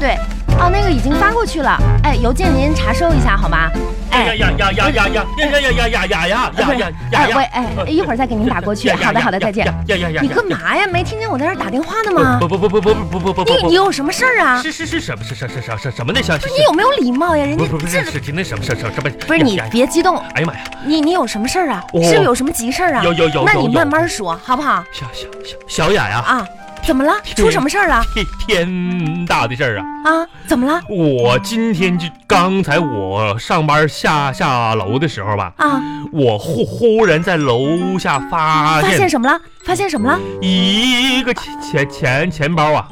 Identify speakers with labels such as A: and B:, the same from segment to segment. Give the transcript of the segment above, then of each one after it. A: 对，哦，那个已经发过去了，哎，邮件您查收一下好吗？
B: 呀
A: 哎，
B: 呀呀呀呀呀呀呀呀呀呀呀呀
A: 不
B: 呀
A: 是
B: 呀
A: 哎
B: 呀
A: 喂
B: 呀！
A: 哎，一会儿再给您打过去。好的好的，再见。
B: 呀呀呀！
A: 你干嘛呀？没听见我在这儿打电话呢吗？
B: 不不不不不不不不
A: 你
B: 不
A: 你有什么事儿啊？
B: 是是是什么是什什什什什么那消息？
A: 你有没有礼貌呀？人
B: 不
A: 家
B: 不不
A: 这
B: 是是真的什么什什什么？
A: 不是你别激动，
B: 哎呀妈呀！
A: 你你有什么事儿啊？
B: 我
A: 是不是有什么急事儿啊？
B: 有有有
A: 那
B: 有
A: 你
B: 有
A: 慢慢说好不好？
B: 小小小小雅呀，
A: 啊，怎么了？
B: 天
A: 出什么事儿了？
B: 天天大的事儿啊！
A: 啊，怎么了？
B: 我今天就刚才我上班下下楼的时候吧，
A: 啊，
B: 我忽忽然在楼下发
A: 发现
B: 现
A: 什么了？发现什么了？
B: 一个钱钱钱钱包啊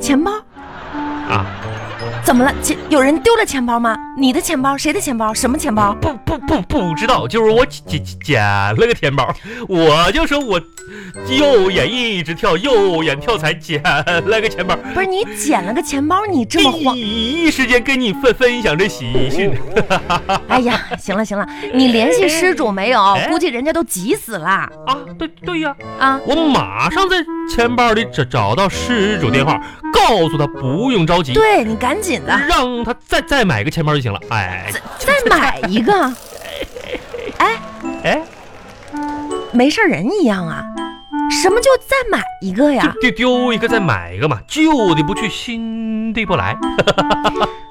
A: 钱包
B: 啊！
A: 怎么了？钱有人丢了钱包吗？你的钱包？谁的钱包？什么钱包？
B: 不不不不知道，就是我捡捡了个钱包，我就说我右眼一直跳，右眼跳财，捡了个钱包，
A: 不是你捡了个钱包，你这么慌
B: 第？一时间跟你分分享这喜讯。
A: 哎呀，行了行了，你联系失主没有？
B: 哎
A: 估计人家都急死了
B: 啊，对对呀、
A: 啊！
B: 我马上在钱包里找找到失主电话，告诉他不用着急，
A: 对啊你赶紧的，
B: 让他再再买个钱包就行了。哎
A: 再买一个，
B: 哎，
A: 没事儿人一样啊。什么就再买一个呀？
B: 就丢丢一个再买一个嘛，旧的不去，新的不来。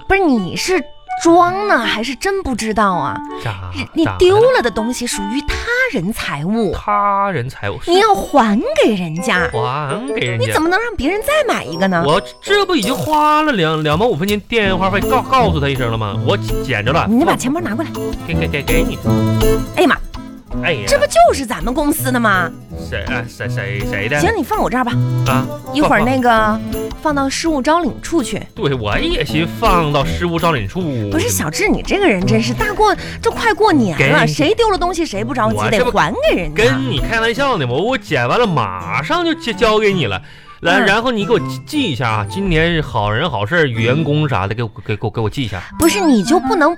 A: 不是你是装呢，还是真不知道啊？
B: 咋
A: 你
B: 咋
A: 丢
B: 的
A: 了的东西属于他人财物，
B: 他人财物，
A: 你要还给人家。
B: 还嗯给人家。
A: 你怎么能让别人再买一个呢？
B: 我这不已经花了两两毛五分钱电话费告告诉他一声了吗？我捡着了，
A: 你把钱包拿过来。
B: 给给给给你。
A: 哎呀妈，
B: 哎呀，
A: 这不就是咱们公司的吗？
B: 谁啊谁谁谁的？
A: 行，你放我这儿吧，
B: 啊，
A: 一会儿
B: 放
A: 那个放到失物招领处去。
B: 对，我也寻放到失物招领处。
A: 不是小智，你这个人真是大过，这快过年了，
B: 给
A: 谁丢了东西谁不着急，
B: 我
A: 得
B: 这不
A: 还给人家。
B: 跟你开玩笑呢，我我剪完了马上就交交给你了。来，
A: 嗯
B: 然后你给我记记一下啊，今年好人好事儿员工啥的，给我给给我给我记一下。
A: 不是你就不能，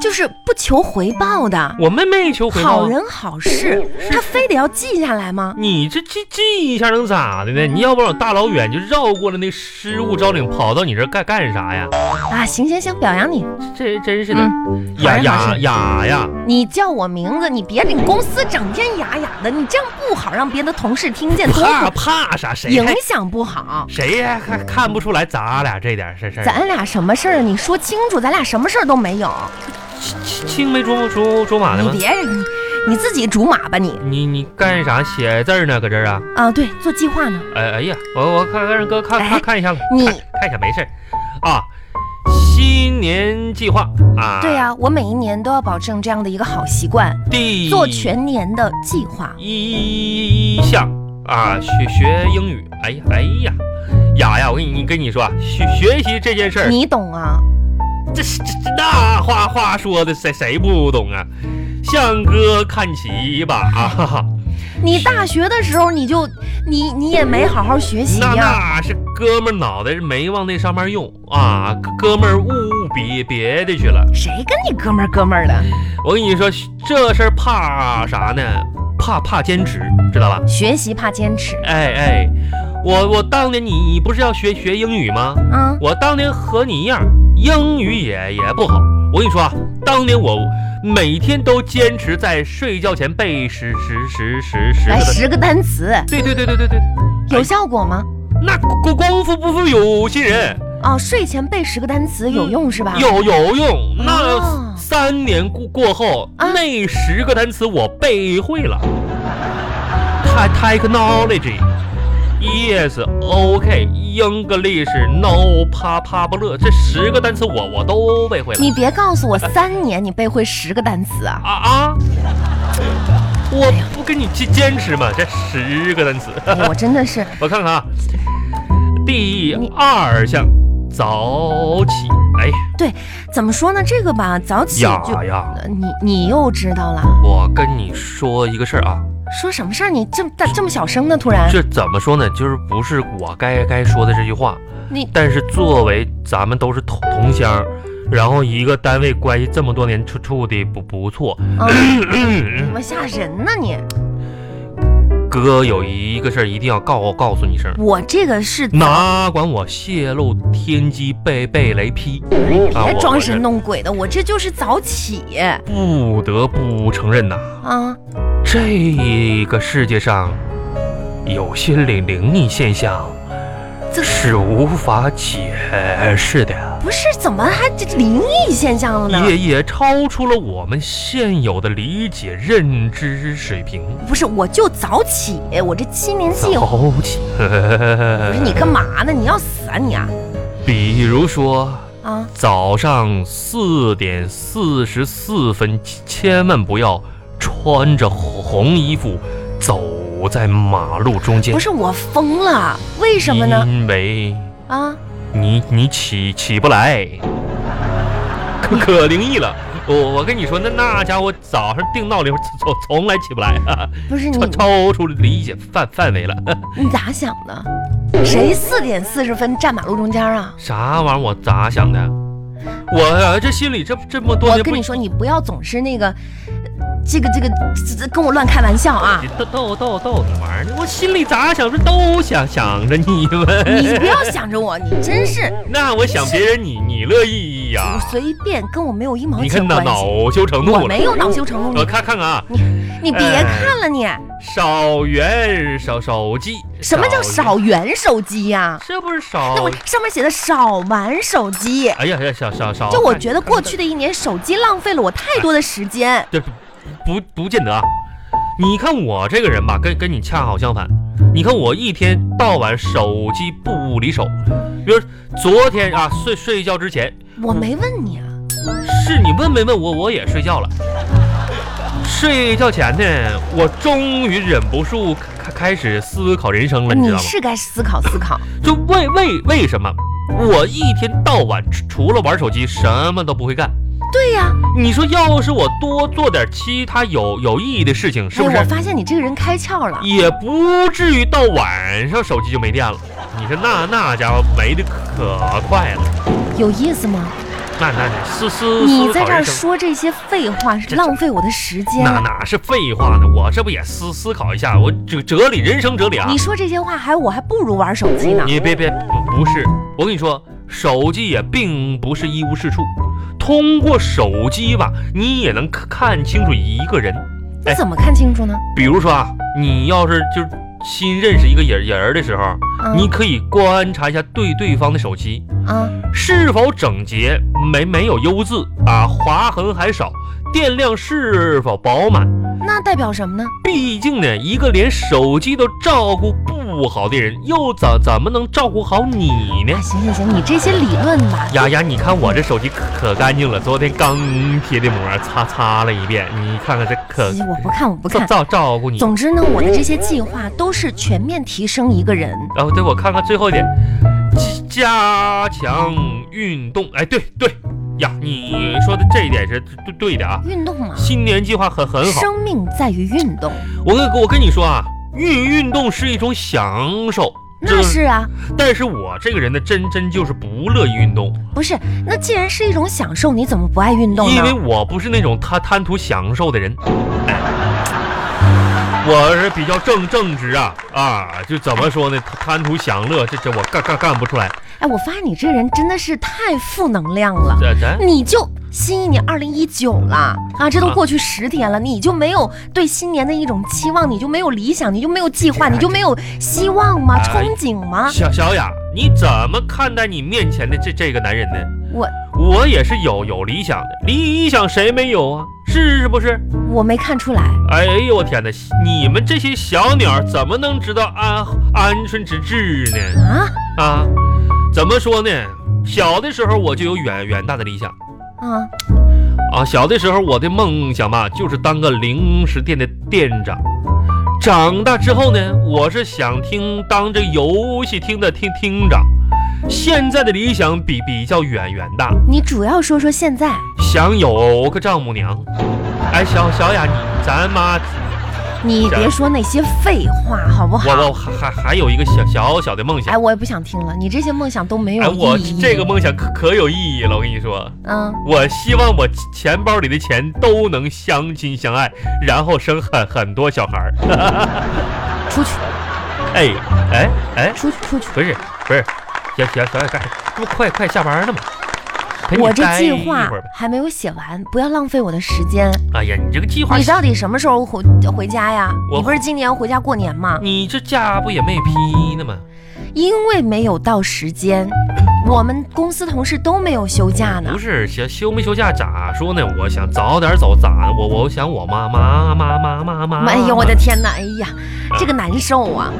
A: 就是不求回报的
B: 我们没求回报
A: 好
B: 啊，
A: 人好事，他非得要记下来吗？
B: 你这记记一下能咋的呢？你要不然我大老远就绕过了那失物招领，跑到你这儿干干啥呀？
A: 啊，行行行，表扬你，
B: 这真是的，
A: 嗯，
B: 雅
A: 好人好
B: 雅
A: 事
B: 雅哎呀！
A: 你叫我名字，你别领公司整天雅雅的，你这样不好，让别的同事听见多不
B: 怕怕啥？谁
A: 影
B: 还
A: 响不好。
B: 谁还还看不出来咱俩这点事事儿？啊
A: 咱俩什么事儿？你说清楚，咱俩什么事儿都没有。
B: 青青梅竹竹竹马的
A: 你
B: 吗？
A: 别，你你自己竹马吧你
B: 你你干啥写字儿呢？搁这儿啊？
A: 啊！对，做计划呢。
B: 哎哎呀，我我看看哥看
A: 哎
B: 看看一下吧，
A: 你
B: 看看一下没事儿啊。新年计划啊，
A: 对呀、我每一年都要保证这样的一个好习惯，
B: 第
A: 做全年的计划。
B: 一项啊，学学英语。哎呀哎呀，雅呀，我跟你跟你说啊，学学习这件事儿，
A: 你懂啊？
B: 这是这这那话话说的谁谁不懂啊？向哥看齐吧啊哈哈，
A: 你大学的时候你就你你也没好好学习
B: 那
A: 呀、
B: 那是哥们儿脑袋没往那上面用啊，哥们儿误别别的去了。
A: 谁跟你哥们儿哥们儿的？
B: 我跟你说，这事儿怕啥呢？怕怕坚持，知道吧？
A: 学习怕坚持
B: 哎哎，我我当年你你不是要学学英语吗？
A: 啊！
B: 我当年和你一样，英语也也不好。我跟你说啊，当年我每天都坚持在睡觉前背十十十十十
A: 来
B: 个的。哎
A: 十个单词，
B: 对对对对对对，
A: 有效果吗？
B: 那功功夫不负有心人，
A: 哦，睡前背十个单词有用是吧？
B: 有有用。
A: 哦
B: 那三年过过后，
A: 啊
B: 那十个单词我背会了。Ta- Technology, yes, OK, English, no, 啪啪不乐，这十个单词我我都背会了。
A: 你别告诉我三年你背会十个单词啊！
B: 啊啊！我不跟你坚坚持嘛，这十个单词，
A: 哎我真的是
B: 我看看啊。第二项，早起。哎，
A: 怎么说呢？这个吧，早起
B: 呀
A: 就
B: 呀，
A: 呃你你又知道了。
B: 我跟你说一个事儿啊，
A: 说什么事儿？你这么大这么小声呢？突然，
B: 这怎么说呢？就是不是我该该说的这句话，
A: 你
B: 但是作为咱们都是同同乡，然后一个单位关系这么多年
A: 哦
B: 处处的不不错，
A: 啊，怎么吓人呢你？
B: 嗯哥有一个事儿一定要告告诉你声，
A: 我这个是
B: 哪管我泄露天机被被雷劈啊！
A: 别
B: 我
A: 装
B: 我
A: 神
B: 这
A: 弄鬼的，我这就是早起
B: 不得不承认呐、
A: 啊！
B: 这个世界上有些灵灵异现象
A: 这
B: 是无法解释的，
A: 不是怎么还这灵异现象了呢？
B: 也也超出了我们现有的理解认知水平。
A: 不是，我就早起，我这七年性。
B: 早起，
A: 不是你干嘛呢？你要死啊你啊！
B: 比如说
A: 啊，
B: 早上四点四十四分，千万不要穿着红衣服走在马路中间。
A: 不是我疯了，为什么呢？
B: 因为嗯
A: 啊，
B: 你你起起不来， 可可灵异了。我我跟你说，那那家伙早上定闹铃，从从来起不来， 哈哈
A: 不是你
B: 超，超出理解范范围了。
A: 你咋想的？谁四点四十分站马路中间啊？
B: 啥玩意儿？我咋想的？我呃这心里这这么多
A: 我
B: 年
A: 跟
B: 不
A: 你说，你不要总是那个，呃这个这个这这跟我乱开玩笑啊！
B: 逗逗逗逗你玩呢？我心里咋想，不是都想想着你
A: 你不
B: 们。
A: 要想着我，你真是
B: 那我想别人你你乐意
A: 我
B: 呀？
A: 随便，跟我没有一毛
B: 你
A: 钱
B: 看那
A: 关系。
B: 恼羞成怒了，
A: 我没有恼羞成怒，
B: 我
A: 你
B: 看看看啊，
A: 你别看了你，
B: 少元少手机，
A: 什么叫少
B: 元？
A: 玩手机呀、
B: 是不是
A: 那
B: 少
A: 我？上面写的少玩手机，
B: 哎呀呀，少少少！
A: 就我觉得过去的一年手机浪费了我太多的时间。
B: 这不不见得啊。你看我这个人吧，跟跟你恰好相反。你看我一天到晚手机不离手，比如昨天啊睡睡觉之前，
A: 我没问你啊，
B: 是你问没问我，我也睡觉了。睡觉前呢，我终于忍不住开开始思考人生了，你知
A: 你
B: 道吗？
A: 是该思考思考。
B: 就为为为什么我一天到晚除除了玩手机什么都不会干？
A: 对呀、
B: 你说，要是我多做点其他有有意义的事情，是不是、
A: 哎，我发现你这个人开窍了。
B: 也不至于到晚上手机就没电了？你说那那家伙没的可快了，
A: 有意思吗？
B: 那那那思思
A: 你
B: 思
A: 在
B: 考
A: 这儿
B: 人生，
A: 说这些废话，是
B: 这
A: 浪费我的时间。
B: 那哪是废话呢？我这不也思思考一下，我哲哲理人生哲理啊！
A: 你说这些话，还我还不如玩手机呢。
B: 你别别不不是，我跟你说，手机也并不是一无是处，通过手机吧，你也能看看清楚一个人。
A: 那怎么看清楚呢？
B: 比如说啊，你要是就是新认识一个人人儿的时候，
A: 啊
B: 你可以观察一下对对方的手机
A: 啊，
B: 是否整洁，没没有 U 字啊，划痕还少，电量是否饱满。
A: 那代表什么呢？
B: 毕竟呢，一个连手机都照顾不好的人，又怎怎么能照顾好你呢
A: 啊，？行行行，你这些理论吧，
B: 雅雅，你看我这手机可可干净了，昨天刚贴的膜，擦擦了一遍，你看看这可
A: 哎我不看，我不
B: 照
A: 看。
B: 照照顾你。
A: 总之呢，我的这些计划都是全面提升一个人。
B: 然后对我看看最后一点，加加强运动。哎，对对呀，你说的这一点是对对的啊。
A: 运动嘛，
B: 新年计划很很好，
A: 生命在于运动，
B: 我跟我跟你说啊，运运动是一种享受，
A: 那
B: 这
A: 是啊，
B: 但是我这个人呢，真真就是不乐意运动，
A: 不是？那既然是一种享受，你怎么不爱运动
B: 因
A: 呢
B: 为？我不是那种贪贪图享受的人。哎，我是比较正正直啊啊，就怎么说呢，贪图享乐，这这我干干干不出来。
A: 哎，我发现你这人真的是太负能量了。
B: 这 这。
A: 你就新一年二零一九了啊，这都
B: 啊
A: 过去十天了，你就没有对新年的一种期望，你就没有理想，你就没有计划，
B: 这
A: 你就没有希望吗？
B: 哎
A: 憧憬吗？
B: 小小雅，你怎么看待你面前的这这个男人呢？
A: 我
B: 我也是有有理想的，理想谁没有啊？是不是？
A: 我没看出来，
B: 哎呦我天哪！你们这些小鸟怎么能知道安鹌鹑之志呢？
A: 啊
B: 啊，怎么说呢？小的时候我就有远远大的理想
A: 啊，
B: 啊！小的时候我的梦想吧，就是当个零食店的店长。长大之后呢，我是想听当这游戏厅的厅厅长。现在的理想比比较远远大，
A: 你主要说说现在
B: 想有个丈母娘。哎，小小雅，你咱妈，
A: 你别说那些废话好不好？
B: 我我还还还有一个小小小的梦
A: 哎，
B: 想。
A: 我也不想听了，你这些梦想都没
B: 哎，
A: 有
B: 我
A: 意义。
B: 这个梦想可可有意义了，我跟你说，
A: 嗯，
B: 我希望我钱包里的钱都能相亲相爱，然后生很很多小孩儿。
A: 出去，
B: 哎哎哎，
A: 出去，出去。
B: 不是不是，小小小小干，这不快快下班了吗？陪你
A: 我这
B: 待
A: 计
B: 一
A: 划
B: 会儿呗
A: 还没有写完，不要浪费我的时间。
B: 哎呀，你这个计划
A: 你，到底什么时候回回家呀？
B: 我
A: 你不是今年回家过年吗？
B: 你这假不也没批呢吗？
A: 因为没有到时间，我们公司同事都没有休假呢
B: 不。是，休休没休假咋说呢？我想早点走咋的？我我想我妈妈妈妈妈妈。
A: 哎呦，我的天哪！哎呀，
B: 啊
A: 这个难受啊！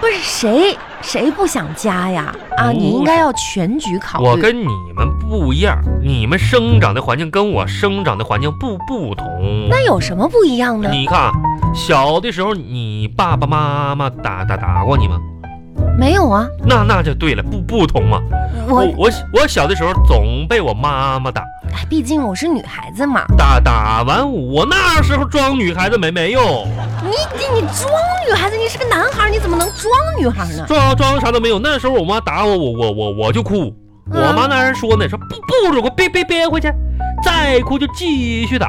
A: 不是谁谁不想家呀？啊，
B: 不
A: 你应
B: 是
A: 该要全局考虑。
B: 哦我跟你们不一样，你们生长的环境跟我生长的环境不不同。
A: 那有什么不一样呢？
B: 你看，啊，小的时候你爸爸妈妈打打打过你吗？
A: 没有啊，
B: 那那就对了，不不同嘛。
A: 我
B: 我我小的时候总被我妈妈打
A: 哎毕竟我是女孩子嘛。
B: 打打完，我那时候装女孩子没没用，
A: 你你你装女孩子，你是个男孩儿，你怎么能装女孩儿呢？
B: 装装啥都没有。那时候我妈打我，我我我我就哭。我
A: 嗯
B: 妈那人说呢，说不不准哭，别别别回去，再哭就继续打。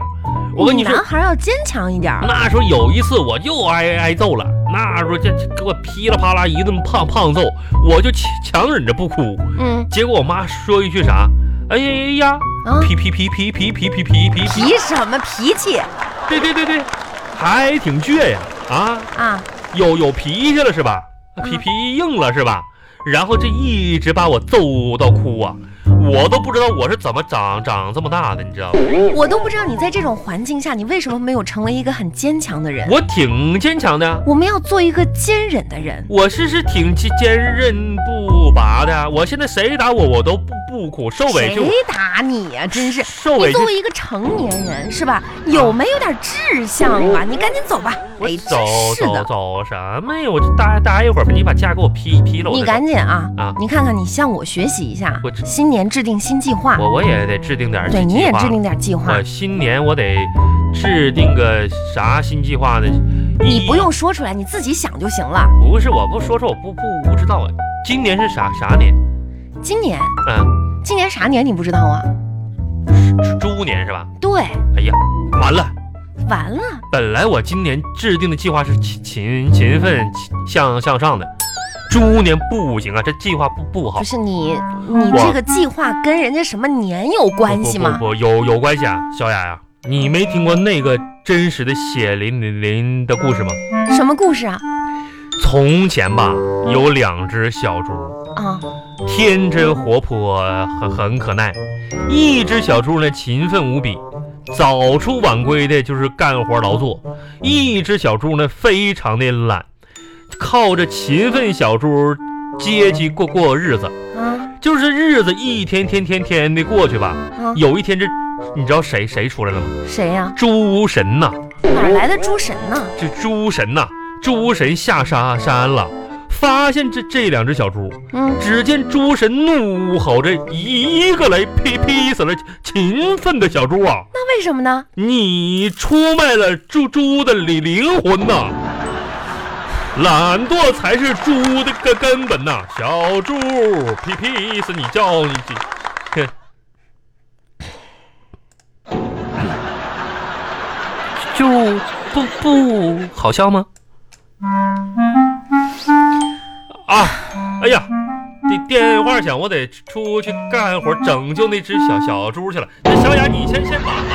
B: 我跟你说，
A: 男孩儿要坚强一点儿。
B: 那时候有一次我又挨挨揍了，那时候这这给我噼里啪啦一顿胖胖揍，我就强强忍着不哭。
A: 嗯
B: 结果我妈说一句啥？哎呀
A: 啊
B: 呀呀！皮皮皮皮皮皮皮皮皮皮！
A: 脾什么脾气
B: 对对对对，还挺倔呀啊！
A: 啊？
B: 有有脾气了是吧？
A: 嗯
B: 皮皮硬了是吧？然后这一直把我揍到哭啊！我都不知道我是怎么长长这么大的，你知道吗？
A: 我都不知道你在这种环境下，你为什么没有成为一个很坚强的人？
B: 我挺坚强的啊，
A: 我们要做一个坚韧的人。
B: 我是是挺坚坚韧不拔的啊。我现在谁打我我都不不哭，受委屈
A: 谁打你呀、真 是！
B: 受
A: 你
B: 委屈
A: 作为一个成年人是吧？有没有点志向啊？你赶紧走吧！
B: 我
A: 哎，
B: 走
A: 真是
B: 走
A: 的，
B: 走什么呀？我这待待一会儿吧，你把架给我劈劈了，我
A: 你
B: 再
A: 赶
B: 走
A: 紧啊！
B: 啊
A: 你看看，你向我学习一下
B: 我，知
A: 新年制定新计划。
B: 我我也得制定点儿
A: 对，
B: 计
A: 你也
B: 划
A: 制定点计划
B: 我。新年我得制定个啥新计划呢？
A: 你
B: 一
A: 不用说出来，你自己想就行了。
B: 不是我不说说我不不不知道哎，今年是啥啥年？
A: 今年，
B: 嗯，
A: 今年啥年你不知道啊？
B: 是猪年是吧？
A: 对，
B: 哎呀，完了！
A: 完了，
B: 本来我今年制定的计划是勤勤勤奋勤向向上的，猪年不行啊，这计划不不好
A: 不。是你，你
B: 我
A: 这个计划跟人家什么年有关系吗？
B: 不不不，有有关系啊，小雅呀、你没听过那个真实的血淋淋的故事吗？
A: 什么故事啊？
B: 从前吧，有两只小猪，
A: 啊，
B: 天真活泼，很很可爱。一只小猪呢，勤奋无比，早出晚归的，就是干活劳作；一只小猪呢，非常的懒，靠着勤奋小猪阶级过过日子，
A: 啊
B: 就是日子一天天天天的过去吧。
A: 啊！
B: 有一天这，你知道谁谁出来了吗？
A: 谁呀、
B: 猪神呐、
A: 哪儿来的诸神呢？
B: 这猪神呐、猪神下沙山了，发现这这两只小猪。
A: 嗯，
B: 只见猪神怒吼着，一个雷劈劈死了勤奋的小猪啊！
A: 那为什么呢？
B: 你出卖了猪猪的灵灵魂呐、懒惰才是猪的根根本呐、小猪劈劈死你，叫你这，就不不好笑吗？啊，哎呀，电电话响，我得出去干活，拯救那只小小猪去了。那小雅，你先先忙吧。啊